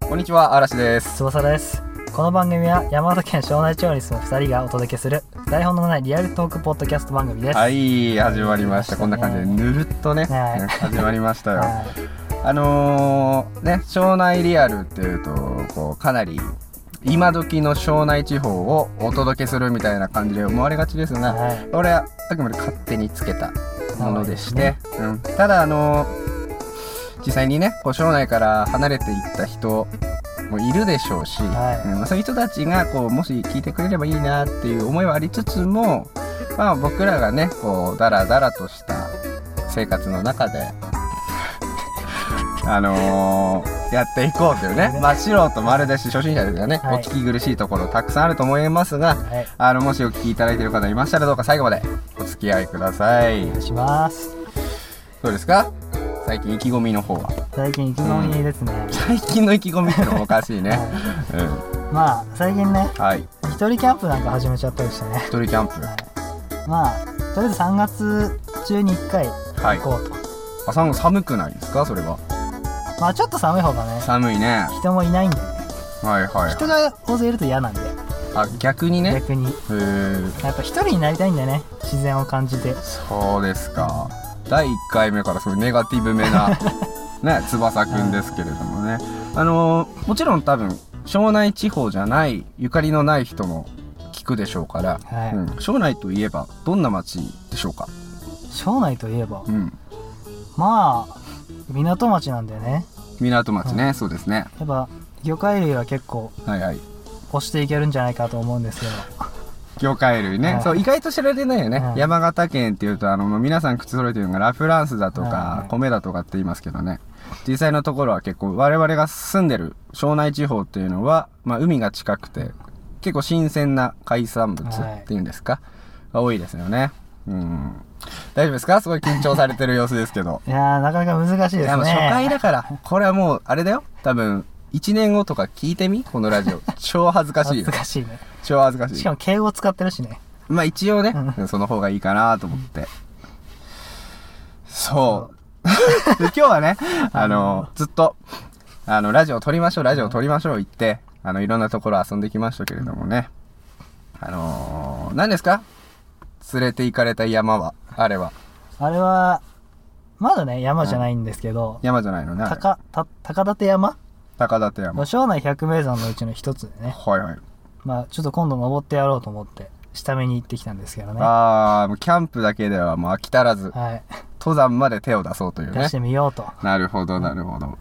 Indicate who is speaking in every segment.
Speaker 1: こんにちは、嵐です。
Speaker 2: 翼ですこの番組は山形県庄内町に住む2人がお届けする台本のないリアルトークポッドキャスト番組です
Speaker 1: はい、始まりました。こんな感じで、
Speaker 2: ね
Speaker 1: ぬるっとね、
Speaker 2: はい
Speaker 1: 始まりましたよ。
Speaker 2: はい
Speaker 1: あのー、ね、庄内リアルっていうと、こう、かなり、今時の庄内地方をお届けするみたいな感じで思われがちですが、
Speaker 2: はい
Speaker 1: 俺はあくまで勝手につけたものでして、うん、ただ、あのー実際にね、こう庄内から離れていった人もいるでしょうし、
Speaker 2: はい
Speaker 1: うんまあそういう人たちがこうもし聞いてくれればいいなっていう思いはありつつも、まあ、僕らがねこうダラダラとした生活の中で あのーやっていこうというね、まあ、素人もあれですし初心者ですよね、
Speaker 2: はい
Speaker 1: お聞き苦しいところたくさんあると思いますが
Speaker 2: はい
Speaker 1: あのもしお聞きいただいている方いましたらどうか最後までお付き合いください
Speaker 2: お願いします
Speaker 1: どうですか最近意気込みの方は
Speaker 2: 最近意気込みですね、
Speaker 1: 最近の意気込みってのもおかしい ねうん
Speaker 2: まあ最近ね
Speaker 1: はい
Speaker 2: 一人キャンプなんか始めちゃったりしてね、
Speaker 1: 一人キャンプ
Speaker 2: はい、まあとりあえず3月中に1回
Speaker 1: はい
Speaker 2: 行こうと、
Speaker 1: あさん寒くないですかそれは
Speaker 2: まあちょっと寒い方がね
Speaker 1: 寒いね
Speaker 2: 人もいないんでね
Speaker 1: はいはい
Speaker 2: 人が大勢いると嫌なんで
Speaker 1: あ逆にね
Speaker 2: 逆に
Speaker 1: へー
Speaker 2: やっぱ一人になりたいんだよね自然を感じて
Speaker 1: そうですか第1回目からすごいネガティブめ なね翼くんですけれどもねあのーもちろん多分庄内地方じゃないゆかりのない人も聞くでしょうから、
Speaker 2: はい
Speaker 1: うん、庄内といえばどんな町でしょうか
Speaker 2: 庄内といえば
Speaker 1: うん
Speaker 2: まあ港町なんだよね
Speaker 1: 港町ね、そうですね
Speaker 2: やっぱ魚介類は結構
Speaker 1: はいはい
Speaker 2: 押していけるんじゃないかと思うんですけど
Speaker 1: 魚介類ね、
Speaker 2: はい
Speaker 1: そう意外と知られてないよね、
Speaker 2: はい
Speaker 1: 山形県っていうとあのもう皆さん口揃えてるのがラ・フランスだとか、
Speaker 2: はい
Speaker 1: 米だとかって言いますけどね実際のところは結構我々が住んでる庄内地方っていうのは、まあ、海が近くて結構新鮮な海産物っていうんですか、が多いですよねうん大丈夫ですかすごい緊張されてる様子ですけど
Speaker 2: いやーなかなか 難しい
Speaker 1: い
Speaker 2: ですね
Speaker 1: やもう初回だからこれはもうあれだよ多分1年後とか聞いてみこのラジオ超恥ずかしい
Speaker 2: 恥
Speaker 1: よ
Speaker 2: ずかしいね
Speaker 1: 超恥ずかしい
Speaker 2: しかも敬語使ってるしね
Speaker 1: まあ一応ね、
Speaker 2: う
Speaker 1: その方がいいかなと思って。そう。 で今日はね、あの、ずっと、あの、ラジオ撮りましょう、ラジオ撮りましょう言って、あの、いろんなところ遊んできましたけれどもね。あのー、何ですか連れて行かれた山は、あれは。
Speaker 2: あれはまだね山じゃないんですけど、
Speaker 1: 山じゃないのね。あれ
Speaker 2: 高た高立山
Speaker 1: 高立
Speaker 2: まあ
Speaker 1: 山。
Speaker 2: 庄内百名山のうちの一つでね
Speaker 1: はいはい。
Speaker 2: まあちょっと今度登ってやろうと思って下見に行ってきたんですけどねは
Speaker 1: あー、もうキャンプだけではもう飽き足らず、
Speaker 2: い
Speaker 1: 登山まで手を出そうという
Speaker 2: 出
Speaker 1: ね
Speaker 2: し。てみようと、
Speaker 1: なるほど、なるほど。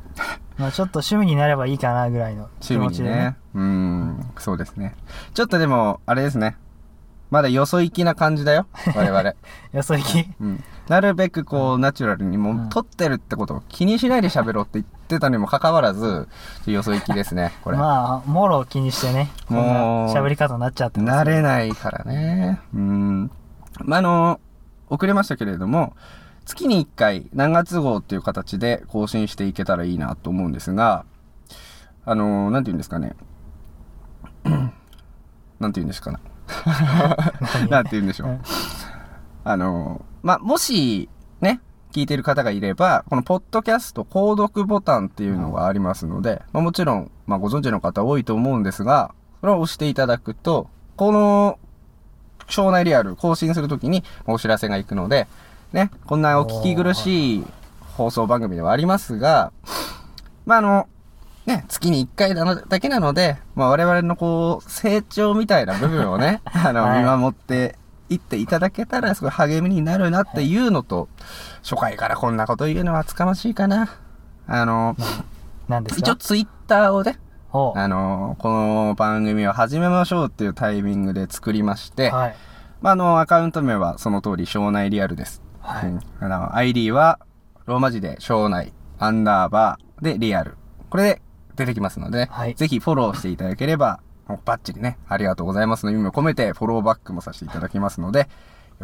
Speaker 2: まあちょっと趣味になればいいかなぐらいの気
Speaker 1: 趣味
Speaker 2: 持ち
Speaker 1: に
Speaker 2: で
Speaker 1: ね
Speaker 2: ね
Speaker 1: うんそうですねちょっとでもあれですねまだよそ行きな感じだよ我 々、
Speaker 2: よそ行き
Speaker 1: うん、なるべくこうナチュラルに
Speaker 2: う
Speaker 1: もうん撮ってるってことを気にしないで喋ろうって言ってたにもかかわらずよそ行きです ねこれ、
Speaker 2: まあもろを気にしてねこん
Speaker 1: も
Speaker 2: な
Speaker 1: う
Speaker 2: 喋り方になっちゃってます
Speaker 1: 慣れないからねうんまああの遅れましたけれども月に1回何月号っていう形で更新していけたらいいなと思うんですがあのなんて言うんですかねなんて言うんですか ねなんて言うんでしょ
Speaker 2: う。
Speaker 1: うんあの、まあ、もし、ね、聞いてる方がいれば、このポッドキャスト購読ボタンっていうのがありますので、まあ、もちろん、まあ、ご存知の方多いと思うんですが、それを押していただくと、この、省内リアル更新するときにまあお知らせが行くので、ね、こんなお聞き苦しい放送番組ではありますが、まあ、あの、ね、月に1回なのだけなので、まあ、我々のこう、成長みたいな部分を ね、あの、
Speaker 2: はい
Speaker 1: 見守っていっていただけたら、すごい励みになるなっていうのと、初回からこんなこと言うのは厚かましいかな。あの、
Speaker 2: なんです
Speaker 1: 一応
Speaker 2: か
Speaker 1: ツイッターをね、
Speaker 2: お
Speaker 1: あの、この番組を始めましょうっていうタイミングで作りまして、
Speaker 2: はい
Speaker 1: まあ、あの、アカウント名はその通り、庄内リアルです。
Speaker 2: は
Speaker 1: う
Speaker 2: い
Speaker 1: んあの、ID は、ローマ字で、省内、アンダーバーで、リアル。これで出てきますので、
Speaker 2: はい
Speaker 1: ぜひフォローしていただければ、もうバッチリね、ありがとうございますの意味も込めて、フォローバックもさせていただきますので、よ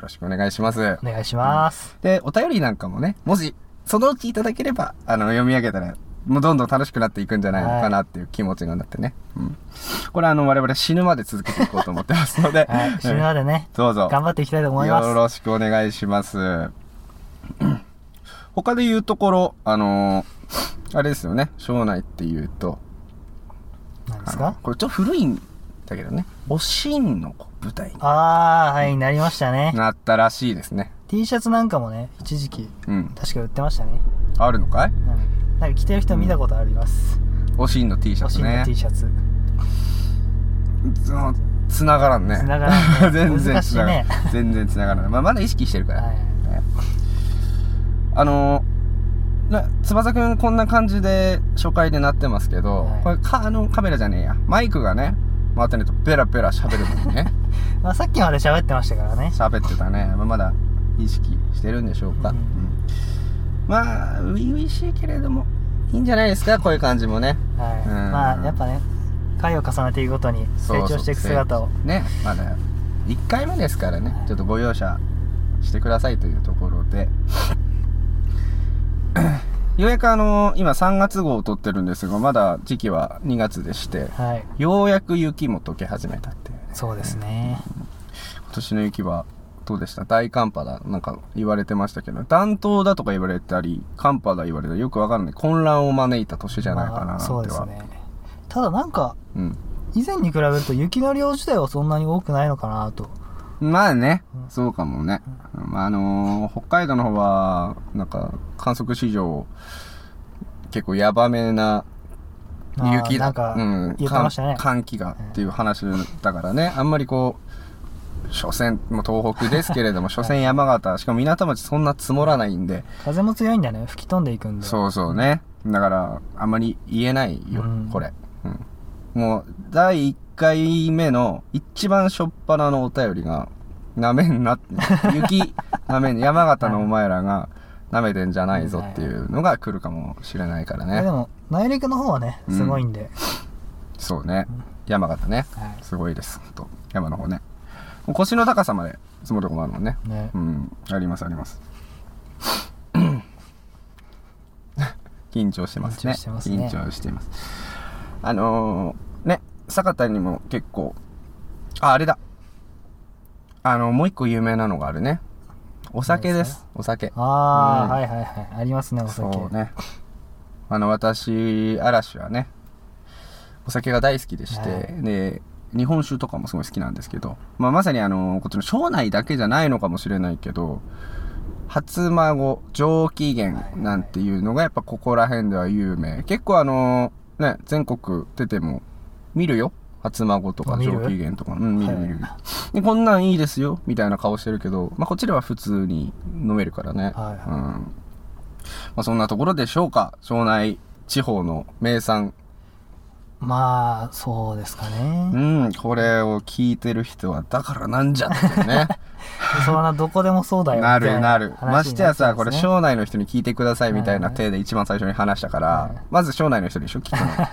Speaker 1: ろしくお願いします
Speaker 2: お。願いします
Speaker 1: で、お便りなんかもね、もし、そのうちいただければ、あの、読み上げたら、もうどんどん楽しくなっていくんじゃないのかなっていう気持ちになってね。うん。これあの、我々死ぬまで続けていこうと思ってますので、
Speaker 2: はい死ぬまでね
Speaker 1: どうぞ。
Speaker 2: 頑張っていきたいと思いま
Speaker 1: よ
Speaker 2: す
Speaker 1: ろしくお願いします。 他で言うところ、あのーあれですよね、庄内って言うと、
Speaker 2: 何で
Speaker 1: あ
Speaker 2: す
Speaker 1: の
Speaker 2: か
Speaker 1: これちょっと古いんだけどねおしんの舞台に
Speaker 2: あー、はい、なりましたね。
Speaker 1: なったらしいですね
Speaker 2: T シャツなんかもね、一時期、
Speaker 1: うん
Speaker 2: 確か売ってましたね。
Speaker 1: あるのかい
Speaker 2: うんなんか着てる人見たことあります。
Speaker 1: おしんの T シャ
Speaker 2: おし
Speaker 1: ツ
Speaker 2: んの
Speaker 1: ね
Speaker 2: T シャツ。
Speaker 1: うんつながらんね
Speaker 2: つながら んね
Speaker 1: 全然
Speaker 2: 難し
Speaker 1: つ
Speaker 2: い
Speaker 1: ながらん、
Speaker 2: ね
Speaker 1: 全然つながらない、まあ、まだ意識してるから、
Speaker 2: はい。
Speaker 1: あのな翼くんこんな感じで初回でなってますけど、
Speaker 2: はい
Speaker 1: これかあのカメラじゃねえやマイクがね回ってないとベラベラ喋るのに ね
Speaker 2: まあさっきまで喋ってましたからね。
Speaker 1: 喋ってたね、まあ、まだ意識してるんでしょうか、
Speaker 2: うん
Speaker 1: うんまあ初々しいけれどもいいんじゃないですかこういう感じもね
Speaker 2: はい。
Speaker 1: うん
Speaker 2: まあやっぱね、回を重ねていくごとに
Speaker 1: そう
Speaker 2: 成
Speaker 1: そう
Speaker 2: 長していく姿を。
Speaker 1: ねまだ1回目ですからね
Speaker 2: はい
Speaker 1: ちょっとご容赦してくださいというところで ようやくあの今3月号を撮ってるんですがまだ時期は2月でして
Speaker 2: はい。
Speaker 1: ようやく雪も溶け始めたっていうね
Speaker 2: そうですね。
Speaker 1: 今年の雪はどうでした大寒波だなんか言われてましたけど暖冬だとか言われたり寒波だ言われたりよくわかんない混乱を招いた年じゃないかな
Speaker 2: ま
Speaker 1: っ
Speaker 2: あ
Speaker 1: ては、
Speaker 2: そうですね。ただなんか、
Speaker 1: うん
Speaker 2: 以前に比べると雪の量自体はそんなに多くないのかなと。
Speaker 1: まあね
Speaker 2: う、ん
Speaker 1: そうかもね。まあ、あのー北海道の方は、なんか、観測史上、結構やばめな
Speaker 2: あー
Speaker 1: 雪だ。
Speaker 2: なんか
Speaker 1: うん、
Speaker 2: 言ってましたね
Speaker 1: 寒寒気がっていう話だからね、あんまりこう、所詮、もう東北ですけれど も、所詮山形、しかも港町そんな積もらないんで、
Speaker 2: 風も強いんだね。吹き飛んでいくんで。
Speaker 1: そうそうね。だから、あんまり言えないよ、
Speaker 2: うん
Speaker 1: これ。うん。もう、第1回目の、一番初っ端のお便りが、なめんな って、雪、なめん、山形のお前らが、なめてんじゃないぞっていうのが来るかもしれないから
Speaker 2: いやで
Speaker 1: ね。
Speaker 2: も、内陸の方はね、すごいんで。
Speaker 1: そうね。山形ね。
Speaker 2: は
Speaker 1: すごいです、ほんと。山の方ね。もう腰の高さまで積もるとこもあるもんね。
Speaker 2: い。ね
Speaker 1: う。ん、ありますあります。緊張してますね。
Speaker 2: 緊張してますね
Speaker 1: 緊張していますあのーね、坂田にも結構、あ、あれだ。あの、もう一個有名なのがあるね。お酒です。お酒。
Speaker 2: ああ、
Speaker 1: うん
Speaker 2: はいはいはい。ありますね、お酒。
Speaker 1: そうね。あの、私、嵐はね、お酒が大好きでして、
Speaker 2: は
Speaker 1: で、日本酒とかもすごい好きなんですけど、まあ、まさにあの、こっちの庄内だけじゃないのかもしれないけど、初孫、上機嫌なんていうのがやっぱここら辺では有名。結構あの、ね、全国出ても見るよ。初孫とか
Speaker 2: あ見る
Speaker 1: 上機嫌とか。うん、見る見る。
Speaker 2: は
Speaker 1: でこんなんいいですよ、みたいな顔してるけど、まあ、こっちでは普通に飲めるからね。
Speaker 2: はい
Speaker 1: う
Speaker 2: はい
Speaker 1: ん。まあ、そんなところでしょうか。庄内地方の名産。
Speaker 2: まあ、そうですか
Speaker 1: う
Speaker 2: ね。
Speaker 1: ん、これを聞いてる人は、だからなんじゃって ね。
Speaker 2: そんなどこでもそうだよ。
Speaker 1: な
Speaker 2: みた
Speaker 1: る
Speaker 2: い
Speaker 1: なる。
Speaker 2: 話に
Speaker 1: ましてや
Speaker 2: な
Speaker 1: さ、
Speaker 2: っ
Speaker 1: こ
Speaker 2: て
Speaker 1: れ、
Speaker 2: ますね
Speaker 1: 庄内の人に聞いてくださいみたいな
Speaker 2: はい
Speaker 1: 手で一番最初に話したから、
Speaker 2: はい
Speaker 1: まず庄内の人でしょ、聞く の。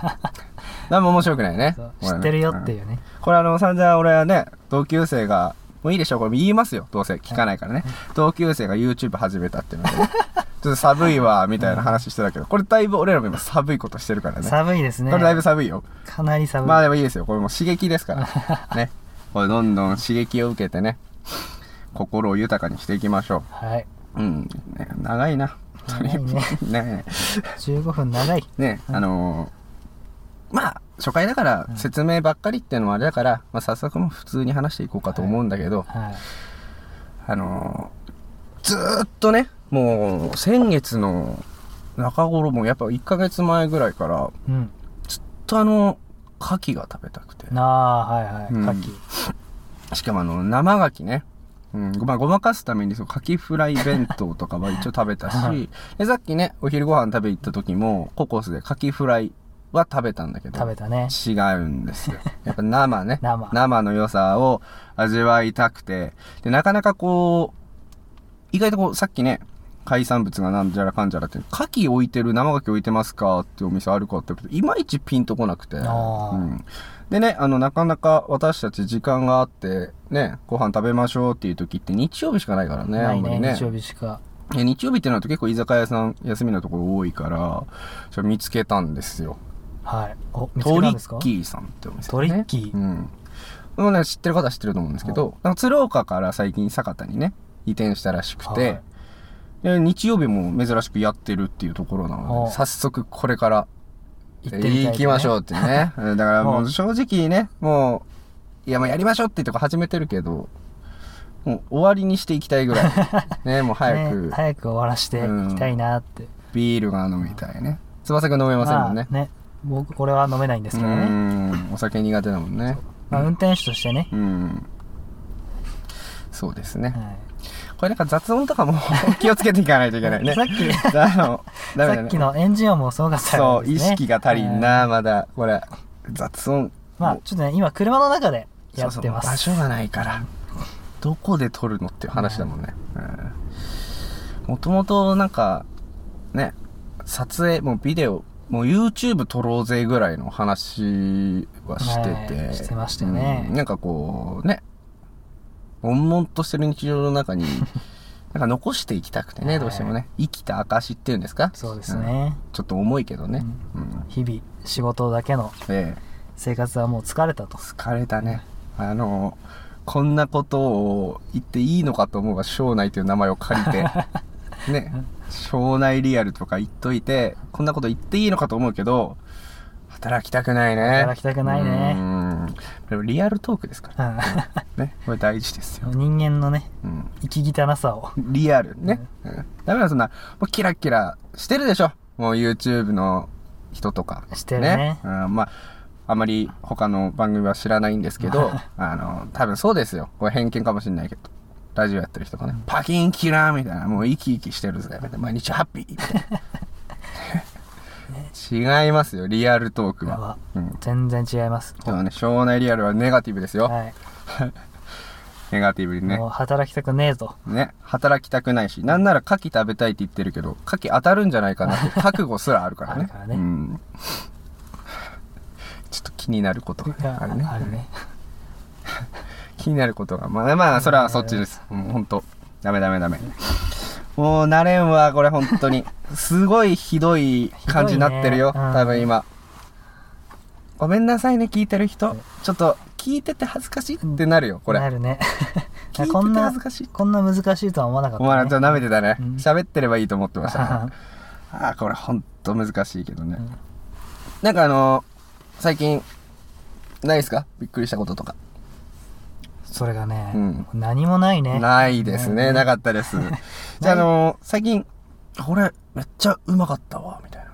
Speaker 1: 何も面白くないね
Speaker 2: そう。
Speaker 1: これ
Speaker 2: 知
Speaker 1: ね
Speaker 2: ってるよっていうね。
Speaker 1: これあの、散々俺はね、同級生が、もういいでしょう、これ言いますよ、どうせ聞かないからね。同級生が YouTube 始めたっていうので、ね、ちょっと寒いわ、みたいな話してたけど、これだいぶ俺らも今寒いことしてるからね。
Speaker 2: 寒いです
Speaker 1: こ
Speaker 2: ね。
Speaker 1: れだいぶ寒いよ。
Speaker 2: かなり寒い。
Speaker 1: まあでもいいですよ、これもう刺激です から。ね。これどんどん刺激を受けてね、心を豊かにしていきましょ
Speaker 2: はい。
Speaker 1: う。うん、ね長いな。
Speaker 2: 長いね。
Speaker 1: ね
Speaker 2: 15分長い。
Speaker 1: ね、あのーまあ、初回だから説明ばっかりっていうのもあれだから、まあ、早速もう普通に話していこうかと思うんだけど、
Speaker 2: はい。
Speaker 1: あのーずーっとね、もう先月の中頃もやっぱ1ヶ月前ぐらいから、
Speaker 2: うん。
Speaker 1: ずっとあの、牡蠣が食べたくて。
Speaker 2: なあ、はいはい。
Speaker 1: うん
Speaker 2: 牡蠣。
Speaker 1: しかもあの、生牡蠣ね。うん、ごまあごまかすためにそう牡蠣フライ弁当とかは一応食べた
Speaker 2: は
Speaker 1: しでさっきねお昼ご飯食べ行った時もココスで牡蠣フライは食べたんだけど
Speaker 2: 食べたね。。
Speaker 1: 違うんですよ。やっぱ生ね
Speaker 2: 生
Speaker 1: の良さを味わいたくて。で、なかなかこう、意外とこう、さっきね、海産物がなんじゃらかんじゃらって、牡蠣置いてる、生牡蠣置いてますかってお店あるかって言うといまいちピンとこなくて。
Speaker 2: あー
Speaker 1: うんでね、あの、なかなか私たち時間があって、ね、ご飯食べましょうっていう時って日曜日しかないからね、
Speaker 2: な
Speaker 1: あ
Speaker 2: い
Speaker 1: んまり
Speaker 2: ね
Speaker 1: ね。。
Speaker 2: 日曜日しか。
Speaker 1: で日曜日ってなると結構居酒屋さん休みのところ多いから、ちょ見つけたんですよ。
Speaker 2: はい。お、見つけ
Speaker 1: ト
Speaker 2: た
Speaker 1: リ
Speaker 2: んですか
Speaker 1: ッキーさんってお店、ね、
Speaker 2: トリッキー
Speaker 1: うんもうね知ってる方は知ってると思うんですけどなんか鶴岡から最近酒田にね移転したらしくて、
Speaker 2: はい
Speaker 1: で日曜日も珍しくやってるっていうところなの
Speaker 2: は
Speaker 1: で
Speaker 2: い
Speaker 1: 早速これから
Speaker 2: 行ってみたい、ね。
Speaker 1: 行きましょうって ね。うんだからも
Speaker 2: う
Speaker 1: うん正直ね、もう、いやもうやりましょうってとこ始めてるけど、もう終わりにしていきたいぐ らい。ね、もう早
Speaker 2: ね
Speaker 1: く
Speaker 2: 早く終わらしていきたいなって。
Speaker 1: ビールが飲みたいね。翼くん飲めませんもんね。
Speaker 2: ね。僕、これは飲めないんですけどね。
Speaker 1: うん、お酒苦手だもんね。
Speaker 2: まあ、運転手としてね。
Speaker 1: うん。そうですね。
Speaker 2: は
Speaker 1: これなんか雑音とかも 気をつけていかないといけない
Speaker 2: い、
Speaker 1: ね
Speaker 2: さ。っき、
Speaker 1: あの、ダメだ
Speaker 2: さっ
Speaker 1: ね
Speaker 2: き。のエンジン音もすごかった
Speaker 1: そう、
Speaker 2: で
Speaker 1: 意
Speaker 2: すね
Speaker 1: 識が足りん
Speaker 2: はい
Speaker 1: な、まだ。これ、雑音。
Speaker 2: まあ、ちょっとね、今、車の中でや
Speaker 1: そ
Speaker 2: っ
Speaker 1: うそ
Speaker 2: て
Speaker 1: う
Speaker 2: ます。
Speaker 1: 場所がないからどこで撮るのっていう話だもんねもともとなんかね撮影もうビデオもう YouTube 撮ろうぜぐらいの話はしてて、
Speaker 2: はいしてましたよね
Speaker 1: うんなんかこうね悶々としてる日常の 中になんか残していきたくてね、どうしてもね生きた証っていうんですか
Speaker 2: そうです
Speaker 1: ん
Speaker 2: ね。
Speaker 1: ちょっと重いけどね、うん
Speaker 2: 日々、仕事だけの
Speaker 1: ええ
Speaker 2: 生活はもう疲れたと。
Speaker 1: 疲れたねあのこんなことを言っていいのかと思うが庄内という名前を借り てね庄内リアルとか言っといてこんなこと言っていいのかと思うけど働きたくないね
Speaker 2: 働きたくないね
Speaker 1: うんでもリアルトークですか
Speaker 2: うん
Speaker 1: らねこれ大事ですよ、
Speaker 2: 人間のね、
Speaker 1: うん、
Speaker 2: 生き汚さを。
Speaker 1: リアルね、うん、ダメだそんなもうキラキラしてるでしょもう YouTube の人とか
Speaker 2: してるね
Speaker 1: うん、まああまり他の番組は知らないんですけど あの多分そうですよこれ偏見かもしれないけどラジオやってる人がね、パキンキラーみたいなもう生き生きしてるぜみたいな毎日ハッ ピーみたいな 違いますよリアルトーク
Speaker 2: や
Speaker 1: は
Speaker 2: ば
Speaker 1: うん
Speaker 2: 全然違います。
Speaker 1: でもね庄内リアルはネガティブですよ、
Speaker 2: はい。
Speaker 1: ネガティブにね
Speaker 2: もう働きたくねえと。
Speaker 1: ね、働きたくないし、なんなら牡蠣食べたいって言ってるけど、牡蠣当たるんじゃないかなって 覚悟すらあるからね。
Speaker 2: あるからね
Speaker 1: うん。ちょっと気になることがあるね。
Speaker 2: あるね。
Speaker 1: 気になることが。まあまあ、それはそっちです。もうほんと。ダメダメダメ。もうなれんわ、これ本当に。すごいひどい感じになってるよ、
Speaker 2: ひどいねうん
Speaker 1: 多分今。ごめんなさいね、聞いてる人。ちょっと、聞いてて恥ずかしいってなるよ、これ。
Speaker 2: なるね。
Speaker 1: 聞いて
Speaker 2: こん
Speaker 1: て
Speaker 2: な
Speaker 1: 恥ずかしい、
Speaker 2: こんな難しいとは思わなかった、
Speaker 1: お
Speaker 2: ね。
Speaker 1: 前らちょっと舐めてたね
Speaker 2: うん。
Speaker 1: 喋、ってればいいと思ってました から。ああ、これほんと難しいけどね。
Speaker 2: うん
Speaker 1: なんかあのー最近、ないですかびっくりしたこととか。
Speaker 2: それがね、
Speaker 1: うん
Speaker 2: 何もないね。
Speaker 1: ないですね。なかった です。じゃああのー最近、これめっちゃうまかったわ、みたいな。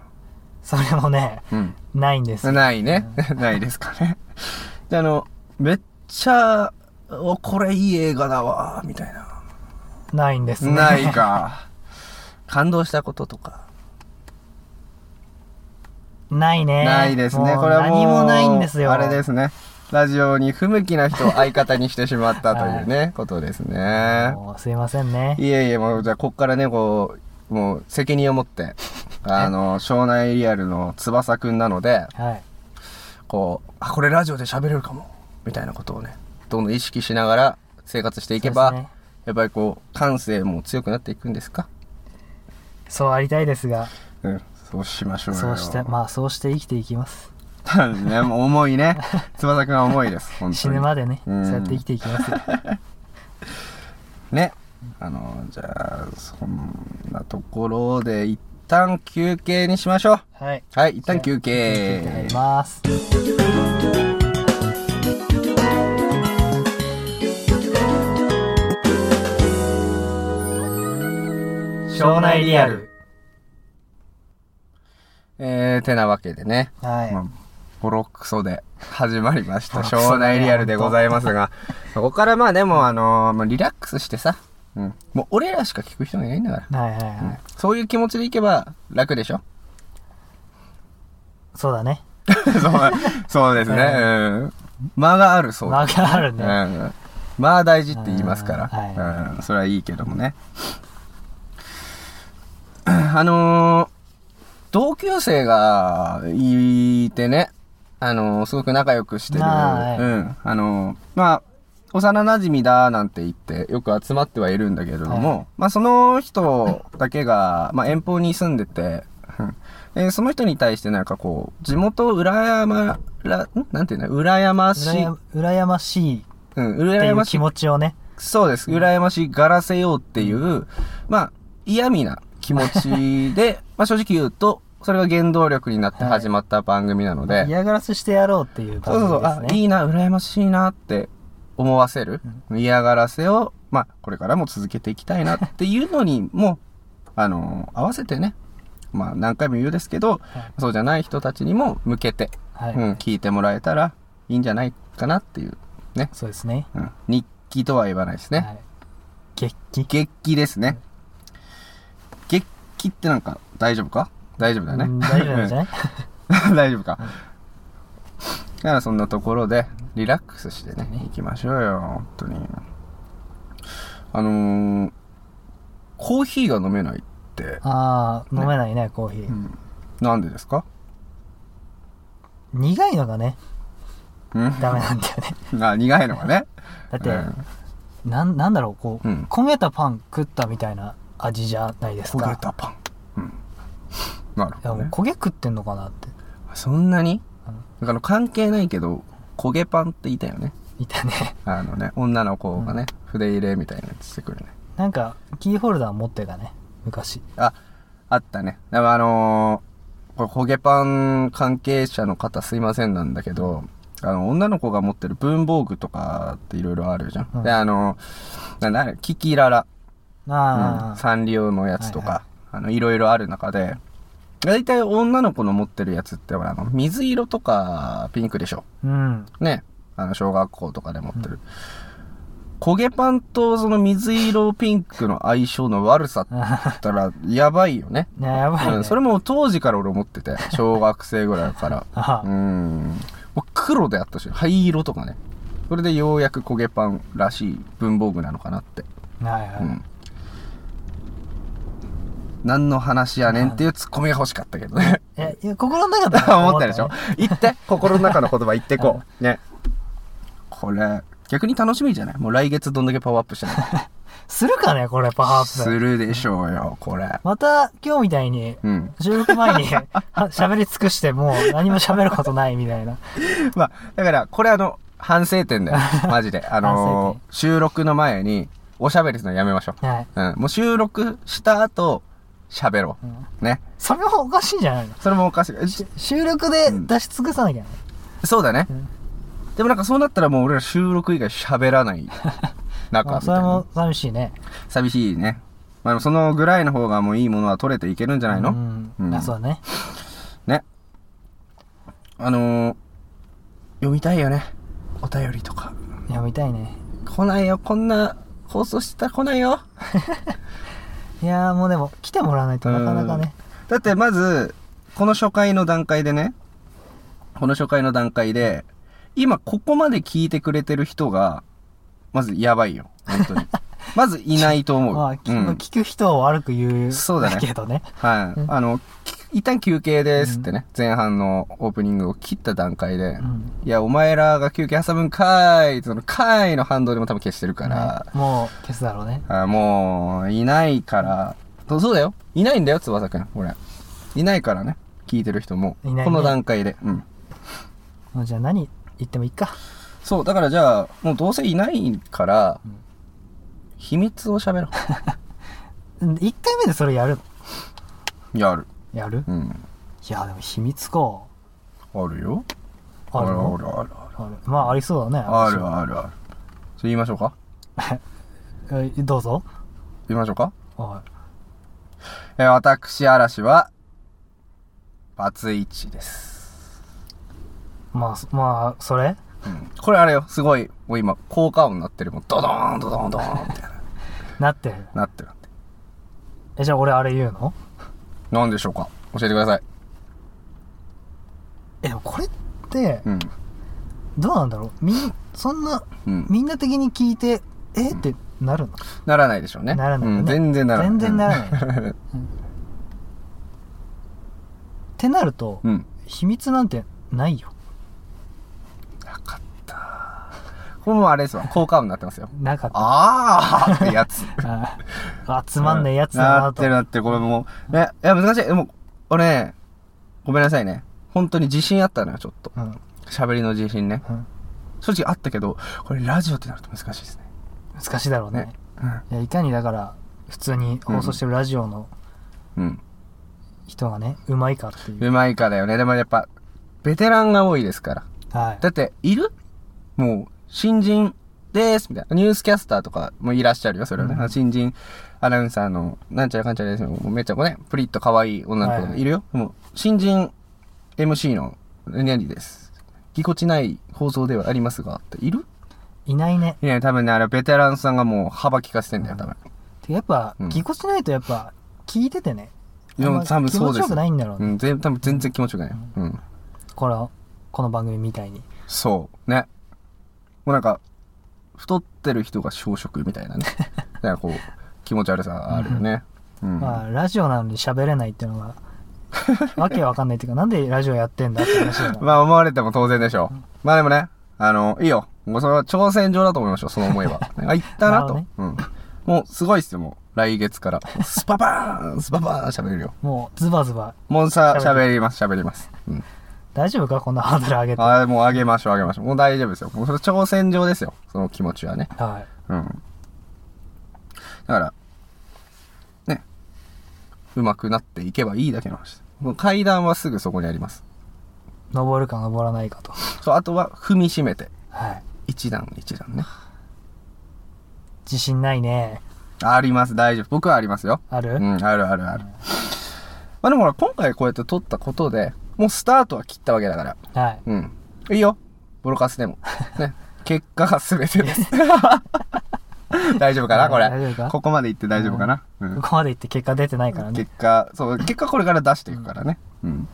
Speaker 2: それもね、
Speaker 1: うん。
Speaker 2: ないんですよ。
Speaker 1: ないね。 ないですかね。じゃああの、めっちゃ、おこれいい映画だわ、みたいな。
Speaker 2: ないんですね。
Speaker 1: ない。か。感動したこととか。
Speaker 2: ないね。
Speaker 1: ないですね。
Speaker 2: もう
Speaker 1: これはもう、
Speaker 2: 何もないんですよ。
Speaker 1: あれですね。ラジオに不向きな人を相方にしてしまったというね、ことですね。
Speaker 2: もうすいませんね。
Speaker 1: いえいえ、もう、じゃあ、こっからね、こう、もう、責任を持 って、あの、庄内リアルの翼くんなので、
Speaker 2: はい。
Speaker 1: こう、あ、これラジオで喋れるかも、みたいなことをね、どんどん意識しながら生活していけば、
Speaker 2: そうですね
Speaker 1: やっぱりこう、感性も強くなっていくんですか
Speaker 2: そうありたいですが、
Speaker 1: うん、そうしましょうよ。
Speaker 2: そうして、まあそうして生きていきます。
Speaker 1: 多分 ね、もう重いね。翼くんは重いです、本当に。
Speaker 2: 死ぬまでね、
Speaker 1: うん
Speaker 2: そうやって生きてい きますよ。
Speaker 1: ねあのじゃあそんなところで一旦休憩にしましょう
Speaker 2: はい。
Speaker 1: はい一旦休
Speaker 2: 生きてい
Speaker 1: 憩
Speaker 2: きます。庄内リアル。
Speaker 1: えー、てなわけでね、
Speaker 2: はい。
Speaker 1: まあ、ボロクソで始まりました
Speaker 2: ボロクソだね
Speaker 1: 庄内リアルでございますがここからまあでもあのまあリラックスしてさ、うん、もう俺らしか聞く人がいないんだから、
Speaker 2: はいはいはい。
Speaker 1: うんそういう気持ちでいけば楽でしょ
Speaker 2: そうだね。
Speaker 1: そうそうですね、うん、間があるそうです
Speaker 2: 間があるね。
Speaker 1: うんまあ大事って言いますから、
Speaker 2: うんは
Speaker 1: うん、それはいいけどもねあのー同級生がいてねあのーすごく仲良くしてる、
Speaker 2: あーはい
Speaker 1: うんあのーまあ幼馴染だなんて言ってよく集まってはいるんだけれども、
Speaker 2: は
Speaker 1: まあその人だけが、まあ、遠方に住んでて、うんでその人に対してなんかこう地元羨まらんなんていうの羨ましい
Speaker 2: 羨ま羨ましいっ
Speaker 1: うん、
Speaker 2: てい
Speaker 1: 羨ま
Speaker 2: う
Speaker 1: し
Speaker 2: 気
Speaker 1: い。
Speaker 2: 持ちをね、
Speaker 1: そうです。羨ましがら せようっていう、まあ、嫌味な気持ちで、まあ正直言うと、それが原動力になって
Speaker 2: はい
Speaker 1: 始まった番組なので、
Speaker 2: 嫌がらせしてやろうってい
Speaker 1: そう
Speaker 2: う感
Speaker 1: そ
Speaker 2: じ
Speaker 1: うそう、
Speaker 2: です
Speaker 1: あ、い
Speaker 2: ね。
Speaker 1: いな、羨ましいなって思わせる、嫌がらせを、まあ、これからも続けていきたいなっていうのに も、あの、合わせてね、まあ、何回も言うですけど、
Speaker 2: はい
Speaker 1: そうじゃない人たちにも向けて、
Speaker 2: はい、
Speaker 1: うん、聞いてもらえたらいいんじゃないかなっていう、
Speaker 2: そうですね。
Speaker 1: うん、日記とは言わないですね。
Speaker 2: はい、月記。
Speaker 1: 月記ですね。月記ってなんか大丈夫か大丈夫だよね。
Speaker 2: うん大丈夫なんじゃない
Speaker 1: 大丈夫か。だからそんなところでリラックスしてね、行きましょうよ、本当に。あのーコーヒーが飲めないって、
Speaker 2: ああ、飲めないね、コーヒー。
Speaker 1: なんでですか
Speaker 2: 苦いのがね、
Speaker 1: うん。
Speaker 2: ダメなんだよね。
Speaker 1: あ、苦いのがね。
Speaker 2: だって、
Speaker 1: うん
Speaker 2: なんなんだろうこう、
Speaker 1: うん
Speaker 2: 焦げたパン食ったみたいな味じゃないですか
Speaker 1: 焦げたパン。うん。なる
Speaker 2: い
Speaker 1: ほ
Speaker 2: や
Speaker 1: ど、
Speaker 2: もう
Speaker 1: ね。
Speaker 2: 焦げ食ってんのかなって
Speaker 1: そんなに
Speaker 2: うん
Speaker 1: だから関係ないけど、焦げパンっていたよね。
Speaker 2: いたね
Speaker 1: あのね、女の子がね、筆入れみたいなやつしてくるね。
Speaker 2: なんかキーホルダー持ってたね昔
Speaker 1: あ、あったね。でもあのーこれ、焦げパン関係者の方すいませんなんだけど、あの、女の子が持ってる文房具とかっていろいろあるじゃん。
Speaker 2: うん
Speaker 1: で、あのーな、な、キキララ、う
Speaker 2: あ
Speaker 1: ん、
Speaker 2: あ、
Speaker 1: サンリオのやつとか、
Speaker 2: はい
Speaker 1: あの、いろいろある中で、大体女の子の持ってるやつって、ほら、あの、水色とかピンクでしょ。
Speaker 2: うん
Speaker 1: ね、あの小学校とかで持ってる、焦げパンとその水色ピンクの相性の悪さって言ったらやばいよ ね
Speaker 2: いややばいね、
Speaker 1: うん、それも当時から俺思ってて小学生ぐらいから
Speaker 2: あ
Speaker 1: う
Speaker 2: あ
Speaker 1: んもう黒であったし灰色とかねそれでようやく焦げパンらしい文房具なのかなって、
Speaker 2: はいはい、
Speaker 1: うん、何の話やねんっていうツッコミが欲しかったけどね
Speaker 2: えいや心の中では
Speaker 1: 思ったでしょ
Speaker 2: ね
Speaker 1: 言って心の中の言葉言ってこうねこれ逆に楽しみじゃないもう来月どんだけパワーアップしてないか
Speaker 2: するかねこれパワーアップ
Speaker 1: するでしょうよこれ
Speaker 2: また今日みたいに
Speaker 1: うん
Speaker 2: 収録前に は喋り尽くしてもう何も喋ることないみたいな
Speaker 1: まあだからこれあの反省点 だよマジであ
Speaker 2: 反
Speaker 1: の
Speaker 2: 省
Speaker 1: ー収録の前におしゃべりするのやめましょ
Speaker 2: はい、
Speaker 1: う、うん、もう収録した後喋ろ
Speaker 2: うん、
Speaker 1: うね
Speaker 2: それもおかしいんじゃないの
Speaker 1: それもおかしいえし
Speaker 2: 収録で出し尽くさなきゃね、
Speaker 1: そうだね、
Speaker 2: うん
Speaker 1: でもなんかそうなったらもう俺ら収録以外喋らない中
Speaker 2: まあ
Speaker 1: み
Speaker 2: そ
Speaker 1: たいな
Speaker 2: れも寂しいね
Speaker 1: 寂しいね。まあ、でもそのぐらいの方がもういいものは取れていけるんじゃないの、
Speaker 2: うん、
Speaker 1: うん
Speaker 2: あそうだね
Speaker 1: ね。あのー、読みたいよね。お便りとか。
Speaker 2: 読みたいね
Speaker 1: 来ないよ、こんな放送してたら来ないよ。
Speaker 2: いやーもうでも来てもらわないとなかなかね
Speaker 1: だってまず、この初回の段階でね、この初回の段階で、今ここまで聞いてくれてる人が、まずやばいよ。本当に。 まずいないと思う。
Speaker 2: まあ、き
Speaker 1: うん
Speaker 2: 聞く人を悪く言う
Speaker 1: そうだね
Speaker 2: けどね
Speaker 1: はい。あの、き一旦休憩ですってね、前半のオープニングを切った段階で、
Speaker 2: ん
Speaker 1: いや、お前らが休憩挟むんかーいその、かーいの反動でも多分消してるから、
Speaker 2: ねもう消すだろうね
Speaker 1: あもう、いないから、そうそうだよ。いないんだよ、翼くん、俺。いないからね、聞いてる人も。
Speaker 2: いないね
Speaker 1: この段階で。うん。
Speaker 2: もうじゃあ何言ってもいいか
Speaker 1: そう、だからじゃあ、もうどうせいないから、
Speaker 2: ん
Speaker 1: 秘密を喋ろ
Speaker 2: うん一回目でそれやるの
Speaker 1: う。やる。
Speaker 2: やる、
Speaker 1: うん。
Speaker 2: いやでも秘密か
Speaker 1: あるよ。
Speaker 2: あるの
Speaker 1: あるある
Speaker 2: あるまあありそうだね
Speaker 1: ある。あるあるある。それ言いましょうか
Speaker 2: えどうぞ
Speaker 1: 言いましょうか
Speaker 2: は
Speaker 1: えー私、嵐は、バツイチです。
Speaker 2: いまあそまあそれ
Speaker 1: うんこれあれよ、すごい、もう今、効果音になってる。もう、ドドーン、ドドーン、ドドーン、みたいな、
Speaker 2: なってる
Speaker 1: なってるなってる。
Speaker 2: えじゃあ俺あれ言うの
Speaker 1: なんでしょうか教えてください。
Speaker 2: えでもこれって
Speaker 1: うん。
Speaker 2: どうなんだろうみんそんな
Speaker 1: うん。
Speaker 2: みんな的に聞いてえってなるの
Speaker 1: ならないでしょうね。
Speaker 2: ならないよね
Speaker 1: うん、全然ならない。
Speaker 2: 全然なら
Speaker 1: い。
Speaker 2: ない、うんってなると、
Speaker 1: うん。
Speaker 2: 秘密なんてないよ
Speaker 1: なかった。これもあれですわ、効果音になってますよ。
Speaker 2: なかった
Speaker 1: あーってやつ。
Speaker 2: あーあ つまんねえやつだ
Speaker 1: な
Speaker 2: な
Speaker 1: っ
Speaker 2: と
Speaker 1: てるなってる、これもう。ね、いや、難しい。でも、俺ね、ごめんなさいね。本当に自信あったのよ、ちょっと。
Speaker 2: うん
Speaker 1: 喋りの自信ね。
Speaker 2: うん
Speaker 1: 正直あったけど、これラジオってなると難しいですね。
Speaker 2: 難しいだろうね
Speaker 1: ね
Speaker 2: いやいかにだから普通に放送してるラジオの
Speaker 1: うん。
Speaker 2: 人がね、うまいかっていう。
Speaker 1: うまいかだよね。でもやっぱ、ベテランが多いですから。
Speaker 2: はい。
Speaker 1: だって、いるもう、新人です、みたいな。ニュースキャスターとかもいらっしゃるよ、それはね。
Speaker 2: うん
Speaker 1: 新人アナウンサーの、なんちゃらかんちゃらですよ。もうめっちゃこうね、プリッと可愛い女の子とかいるよ。もう、新人 MC の、何々です。ぎこちない放送ではありますが、っている
Speaker 2: いないね。
Speaker 1: いや、多分ね、あれ、ベテランさんがもう幅利かせてんだよ、多分。
Speaker 2: てかやっぱ、
Speaker 1: うん
Speaker 2: ぎこちないとやっぱ、聞いててね。
Speaker 1: いや
Speaker 2: あんま
Speaker 1: 多分
Speaker 2: 気
Speaker 1: そう
Speaker 2: 持
Speaker 1: です
Speaker 2: ちよくないんだろう
Speaker 1: う
Speaker 2: ね。
Speaker 1: ん、全多分全然気持ちよくないよ。うん。
Speaker 2: この、この番組みたいに。
Speaker 1: そう。ね。もうなんか、太ってる人が小食みた いなね。なんかこう、気持ち悪さあるよね。うん。
Speaker 2: まあ、ラジオなのに喋れないっていうの が、わけわかんないっていうか、なんでラジオやってんだって話だな。
Speaker 1: まあ、思われても当然でしょう。まあでもね、あの、いいよ。もうそれは挑戦状だと思いましょう、その思い は。あ、いったなと。
Speaker 2: なる
Speaker 1: うん。もう、すごいっすよ、もう。来月から。スパパーンスパパーン喋れるよ。
Speaker 2: もう、ズバズバ。
Speaker 1: モンスター喋ります、喋ります。うん。
Speaker 2: 大丈夫かこんなハードル上げて。は
Speaker 1: ああ、もうあげましょう、あげましょう。もう大丈夫ですよ。もうそれ挑戦状ですよ。その気持ちはね。
Speaker 2: い。
Speaker 1: うん。だから、ね。うまくなっていけばいいだけの話。もう階段はすぐそこにあります。
Speaker 2: 登るか登らないかと。
Speaker 1: そう、あとは踏みしめて。
Speaker 2: はい。
Speaker 1: 一段一段ね。
Speaker 2: 自信ないね。
Speaker 1: あります、大丈夫。僕はありますよ。
Speaker 2: ある、
Speaker 1: うん、あるあるある。まあでもほら、今回こうやって撮ったことで、もうスタートは切ったわけだから。
Speaker 2: はい。
Speaker 1: うん。いいよ。ボロカスでも。 ね。結果が全てです。大丈夫かなこれ。
Speaker 2: 大丈夫か
Speaker 1: ここまで行って大丈夫かな、うん
Speaker 2: ここまで行って結果出てないからね。
Speaker 1: 結果、そう、結果これから出していくからね。うん。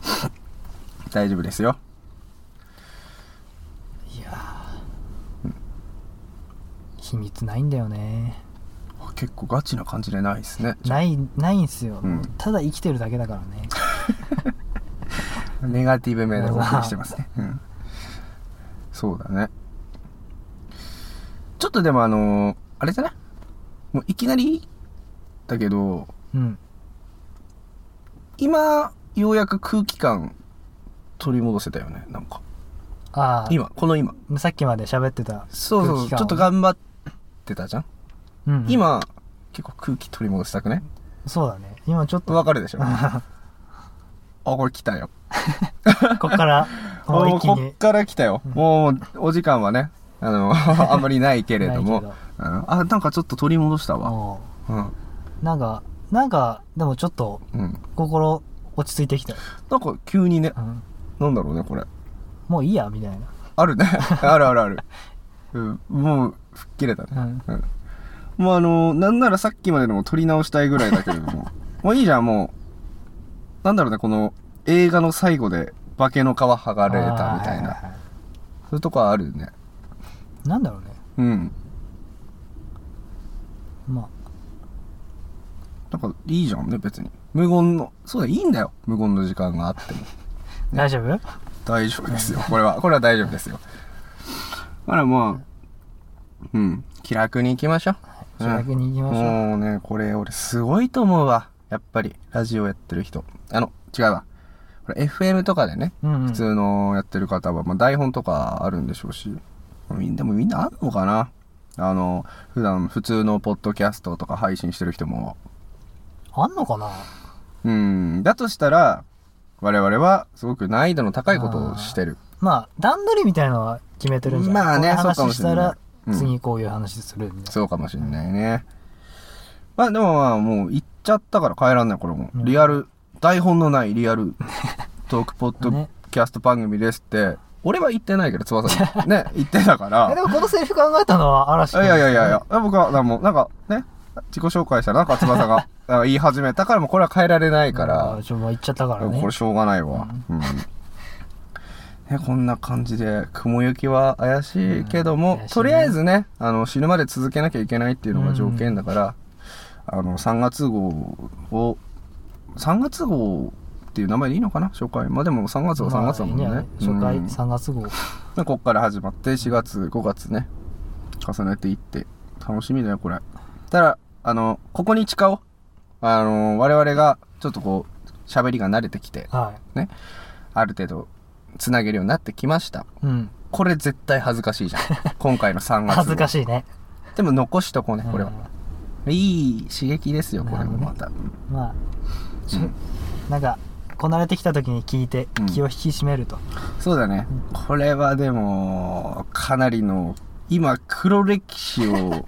Speaker 1: 大丈夫ですよ。
Speaker 2: いやー秘密ないんだよね。
Speaker 1: あ結構ガチな感じでないですね。
Speaker 2: ない、ないんすよ。
Speaker 1: うん
Speaker 2: ただ生きてるだけだからね。
Speaker 1: ネガティブ名でお送りしてますね。うん。そうだね。ちょっとでもあのーあれじゃないもういきなり、だけど、
Speaker 2: うん。
Speaker 1: 今、ようやく空気感取り戻せたよね。なんか。
Speaker 2: あ
Speaker 1: 今、この今。
Speaker 2: あ、さっきまで喋ってた。
Speaker 1: そうそう
Speaker 2: 空気感を
Speaker 1: ちょっと頑張ってたじゃん、
Speaker 2: うんうん。
Speaker 1: 今、結構空気取り戻したくね
Speaker 2: そうだね。今ちょっと、
Speaker 1: わかるで しょあ、これ来たよ。
Speaker 2: こっ から、も
Speaker 1: も
Speaker 2: う一
Speaker 1: う
Speaker 2: 気
Speaker 1: こ
Speaker 2: に
Speaker 1: っ。から来たよ。もう、お時間はね、あの、 あんまりないけれども
Speaker 2: ないけ。
Speaker 1: うんあ、なんかちょっと取り戻したわ。
Speaker 2: も
Speaker 1: うん。
Speaker 2: うなんか、なんか、でもちょっと、
Speaker 1: うん。
Speaker 2: 心落ち着いてきた。
Speaker 1: なんか急にね
Speaker 2: う、ん。
Speaker 1: なんだろうね、これ。
Speaker 2: もういいや、みたいな。
Speaker 1: あ るね。あるあるある。うん、もう、吹っ切れたね。
Speaker 2: うん。
Speaker 1: うん。もうあの、なんならさっきまでのも撮り直したいぐらいだけれど も。もういいじゃん、もう。なんだろうね、この、映画の最後で、化けの皮剥がれたみたい
Speaker 2: あーはは
Speaker 1: な。
Speaker 2: は
Speaker 1: そういうとこはあるね。
Speaker 2: いなんだろうね。
Speaker 1: うん。
Speaker 2: ま
Speaker 1: なんかいいじゃんね別に無言のそうだいいんだよ無言の時間があっても
Speaker 2: あ、大丈夫
Speaker 1: 大丈夫ですよこれはこれは大丈夫ですよだからまあうん気楽に行きましょう、
Speaker 2: 主役に行き
Speaker 1: う
Speaker 2: ま
Speaker 1: ん
Speaker 2: しょう。
Speaker 1: もうねこれ俺すごいと思うわやっぱりラジオやってる人あの違うわこれ FM とかでね
Speaker 2: うん、うん。
Speaker 1: 普通のやってる方は、まあ、台本とかあるんでしょうしみんでもみんなあるのかなあの普段普通のポッドキャストとか配信してる人も
Speaker 2: あんのかな
Speaker 1: うん。だとしたら、我々はすごく難易度の高いことをしてる。
Speaker 2: まあ、段取りみたいのは決めてるんじゃない
Speaker 1: まあね
Speaker 2: この
Speaker 1: そうかも
Speaker 2: 話
Speaker 1: し
Speaker 2: し
Speaker 1: れな
Speaker 2: た
Speaker 1: い
Speaker 2: ら、
Speaker 1: うん
Speaker 2: 次こういう話するみたい
Speaker 1: そうかもしれないね。まあでもまあもう行っちゃったから帰らんない、これも。リアル、台本のないリア ルトークポッドキャスト番組ですって、俺は言ってないけど、翼 さん。ね、言ってたか
Speaker 2: な。え、で
Speaker 1: ら。
Speaker 2: もこのセリフ考えたのは嵐
Speaker 1: い
Speaker 2: 君
Speaker 1: やいやいやいや、僕はもうなんかね、自己紹介したらなんか翼がなんか言い始めたからもうこれは変えられないか
Speaker 2: あ
Speaker 1: ら
Speaker 2: ー。ちょ、もう行っちゃったからね。
Speaker 1: これしょうがないわ、うん ね、こんな感じで雲行きは怪しいけども、
Speaker 2: うん怪しいね
Speaker 1: とりあえずねあの死ぬまで続けなきゃいけないっていうのが条件だから、あの3月号を3月号っていう名前でいいのかな初回まあでも3月は3月だもんね,、
Speaker 2: まあいいんじゃない
Speaker 1: うん
Speaker 2: 初回3月号。
Speaker 1: でこっから始まって4月5月ね重ねていって楽しみだよこれただあのここに誓おうあの我々がちょっとこう喋りが慣れてきて
Speaker 2: はい。
Speaker 1: ね、ある程度つなげるようになってきました。
Speaker 2: うん。
Speaker 1: これ絶対恥ずか しいじゃん。今回の3月。
Speaker 2: 恥ずか
Speaker 1: し
Speaker 2: しいね。
Speaker 1: い。でも残しとこうね、これは
Speaker 2: う。ん
Speaker 1: いい刺激ですよ、これもまた。
Speaker 2: まあ、ちょ
Speaker 1: うん
Speaker 2: なんかこなれてきた時に聞いて
Speaker 1: うん
Speaker 2: 気を引き締めると、
Speaker 1: そうだね。これはでも、かなりの、今、黒歴史を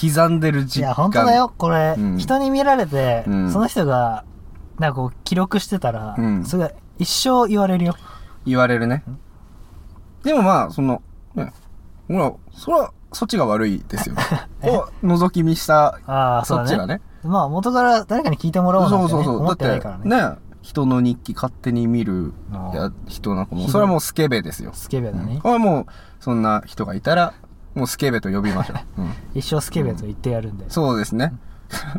Speaker 1: 刻んでる
Speaker 2: い
Speaker 1: 実感。
Speaker 2: や本当だ。よこれ、
Speaker 1: うん
Speaker 2: 人に見られて、
Speaker 1: うん
Speaker 2: その人がなんかこう記録してたら、
Speaker 1: うん
Speaker 2: それが一生言われるよ
Speaker 1: 言われるね。でもまあ、その、ね、ほら、それは、そっちが悪いです よ。を覗き見した、
Speaker 2: ああそ
Speaker 1: そっ
Speaker 2: うだね
Speaker 1: ちがね。
Speaker 2: まあ元から誰かに聞いてもらおうなん
Speaker 1: そう
Speaker 2: て、
Speaker 1: そ
Speaker 2: ね、
Speaker 1: うそう。
Speaker 2: 思ってない
Speaker 1: だ
Speaker 2: から
Speaker 1: っ
Speaker 2: ね
Speaker 1: て、ね、人の日記勝手に見る
Speaker 2: ああ
Speaker 1: や人なんかも
Speaker 2: ひ
Speaker 1: う、
Speaker 2: どい
Speaker 1: それはもうスケベですよ。
Speaker 2: スケベだね、
Speaker 1: これはもう、そんな人がいたら、もうスケベと呼びましょ う。うん
Speaker 2: 一生スケベと言ってやるんで、
Speaker 1: そうですね。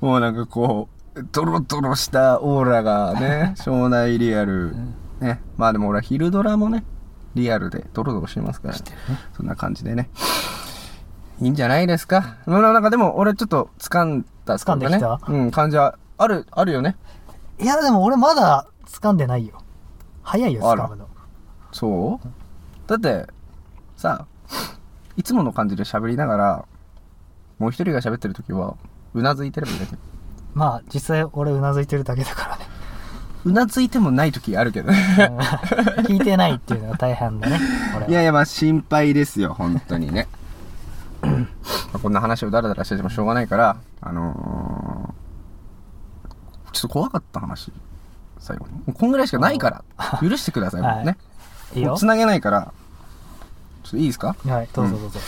Speaker 1: もうなんかこう、ドロドロしたオーラが ね、庄内リアル。ね。まあでも俺は昼ドラもね、リアルでドロドロしてますから、そんな感じでね。いいんじゃないですか。まあなんかでも俺ちょっと掴んだ、
Speaker 2: 掴んできた
Speaker 1: ねうん、感じはある、あるよね。
Speaker 2: いやでも俺まだ掴んでないよ早いよ
Speaker 1: あら
Speaker 2: 掴むの
Speaker 1: そうだって、さ、いつもの感じで喋りながら、もう一人が喋ってる時は、うなずいてればいいだけ。
Speaker 2: まあ実際俺うなずいてるだけだからね
Speaker 1: うなずいてもない時あるけどね。
Speaker 2: うん聞いてないっていうのが大半だね俺は い
Speaker 1: やいや、まあ心配ですよ、本当にね。まあこんな話をダラダラしててもしょうがないから、あのーちょっと怖かった話、最後に。もうこんぐらいしかないから、許してください、
Speaker 2: はい
Speaker 1: もうね。
Speaker 2: いいよ
Speaker 1: つなげないから、ちょっといいですか
Speaker 2: はいどうぞどうぞ、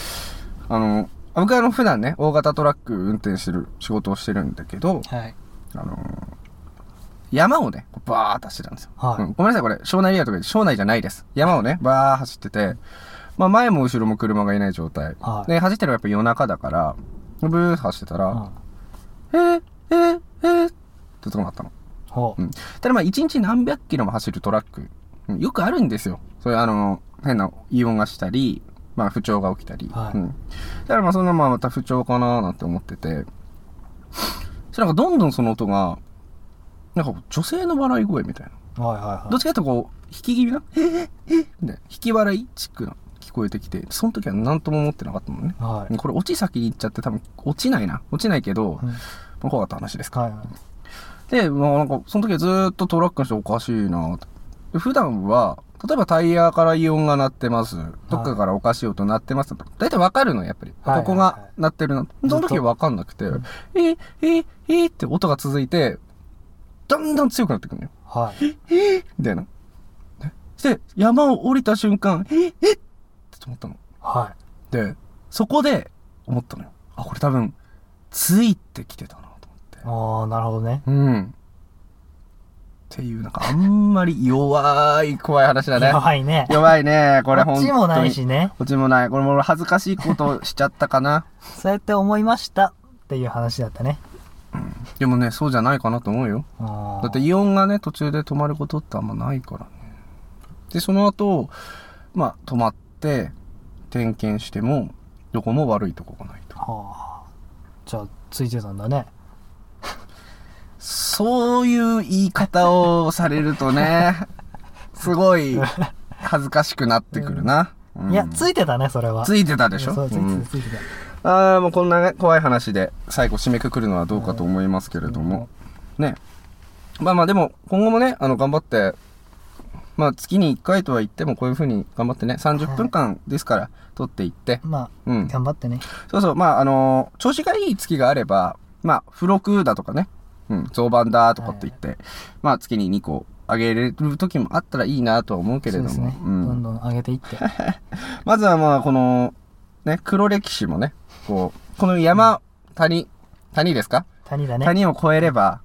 Speaker 1: あのー僕はあの普段ね、大型トラック運転してる仕事をしてるんだけど、
Speaker 2: はい
Speaker 1: あのー山をね、こうバーッと走ってたんですよ。
Speaker 2: はい
Speaker 1: うんごめんなさい、これ、庄内エリアとかで、庄内じゃないです。山をね、バーッ走ってて、まあ前も後ろも車がいない状態。
Speaker 2: はい
Speaker 1: で、走ってるのはやっぱ夜中だから、ブーッと走ってた
Speaker 2: う
Speaker 1: ら、
Speaker 2: ん
Speaker 1: えー、えー、えー、ってとこなったの。
Speaker 2: ほ
Speaker 1: うん。ただまあ一日何百キロも走るトラック、うんよくあるんですよ。そういうあの、変な異音がしたり、まあ不調が起きたり。
Speaker 2: は
Speaker 1: う
Speaker 2: い
Speaker 1: ん。だからまあそのまままた不調かなーなんて思ってて、そしたらなんかどんどんその音が、なんかこう女性の笑い声みたいな。
Speaker 2: うはいはいはい
Speaker 1: どっちかっていうとこう、引き気味な、えー、えー、みたいな、引き笑いチックな聞こえてきて、その時は何とも思ってなかったもんね。
Speaker 2: は
Speaker 1: これ、落ち先に行っちゃって多分、落ちないな。落ちないけど、
Speaker 2: い、うん
Speaker 1: まあ怖かった話ですか。
Speaker 2: はいはい
Speaker 1: で、まあなんか、その時はずーっとトラックの人おかしいなとで普段は、例えばタイヤからイオンが鳴ってます。どっかからおかしい音鳴ってますと。大体わかるの、やっぱり。
Speaker 2: はいはい
Speaker 1: ここが鳴ってるな。その時はわかんなくて、えー、えー、えーって音が続いて、だんだん強くなってくるのよ。
Speaker 2: はい
Speaker 1: えーみたいな。して、山を降りた瞬間、えーえーって思ったの。
Speaker 2: は
Speaker 1: で、そこで思ったのよ。あ、これ多分、ついてきてたなと
Speaker 2: いああなるほどね
Speaker 1: 思って。うん。っていう、なんかあんまり弱い怖い話だね
Speaker 2: や。ばいね
Speaker 1: 弱いね、これ
Speaker 2: こ
Speaker 1: 本当に。
Speaker 2: っちもないしね
Speaker 1: こっちもない。これも俺恥ずかしいことしちゃったかな。
Speaker 2: そうやって思いましたっていう話だったね
Speaker 1: でもね、そうじゃないかなと思うよ。
Speaker 2: あー
Speaker 1: だってイオンがね、途中で止まることってあんまないからね。で、その後、まあ、止まって、点検しても、どこも悪いとこがないと。
Speaker 2: はあじゃあついてたんだね
Speaker 1: そういう言い方をされるとね、すごい恥ずかしくなってくるな。うん
Speaker 2: いや、ついてたね、それは。
Speaker 1: ついてたでしょ
Speaker 2: そう、ついて
Speaker 1: う
Speaker 2: た、
Speaker 1: ん
Speaker 2: ついて
Speaker 1: ああ、もうこんなね怖い話で最後締めくくるのはどうかと思いますけれども。ね。まあまあでも、今後もね、あの、頑張って、まあ月に1回とは言ってもこういうふうに頑張ってね、30分間ですから、撮っていって
Speaker 2: た。。ま
Speaker 1: う
Speaker 2: あ、
Speaker 1: ん。
Speaker 2: 頑張ってね。
Speaker 1: そうそう、まああのー調子がいい月があれば、まあ、付録だとかね、うん、増版だとかって言って、まあ月に2個あげれる時もあったらいいなとは思うけれ
Speaker 2: そう
Speaker 1: ど
Speaker 2: で
Speaker 1: も。
Speaker 2: すね。
Speaker 1: う
Speaker 2: ど
Speaker 1: ん
Speaker 2: んどん上げていって。
Speaker 1: まずはまあ、この、ね、黒歴史もね、こう、この山、谷、谷ですか、
Speaker 2: 谷だね。
Speaker 1: 谷を越えれば、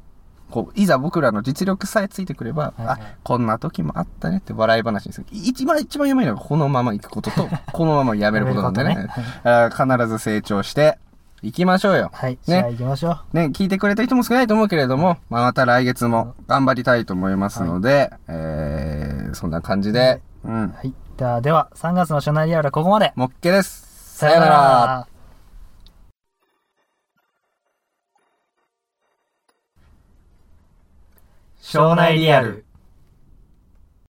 Speaker 1: こう、いざ僕らの実力さえついてくれば、
Speaker 2: はいは
Speaker 1: あ、
Speaker 2: い
Speaker 1: こんな時もあったねって笑い話にする。い一番、一番やばいのがこのまま行くこと と、このままやめることなんでね。
Speaker 2: やめることね
Speaker 1: あー必ず成長して、行きましょうよ。
Speaker 2: はい、じゃあ
Speaker 1: ね。
Speaker 2: 行きましょう。
Speaker 1: ね、聞いてくれた人も少ないと思うけれども、まあ、また来月も頑張りたいと思いますので、えー、そんな感じで、うん。
Speaker 2: はい。では、では、3月の初内リアルはここまで。
Speaker 1: もっけです。
Speaker 2: さよなら。
Speaker 1: 庄内リアル。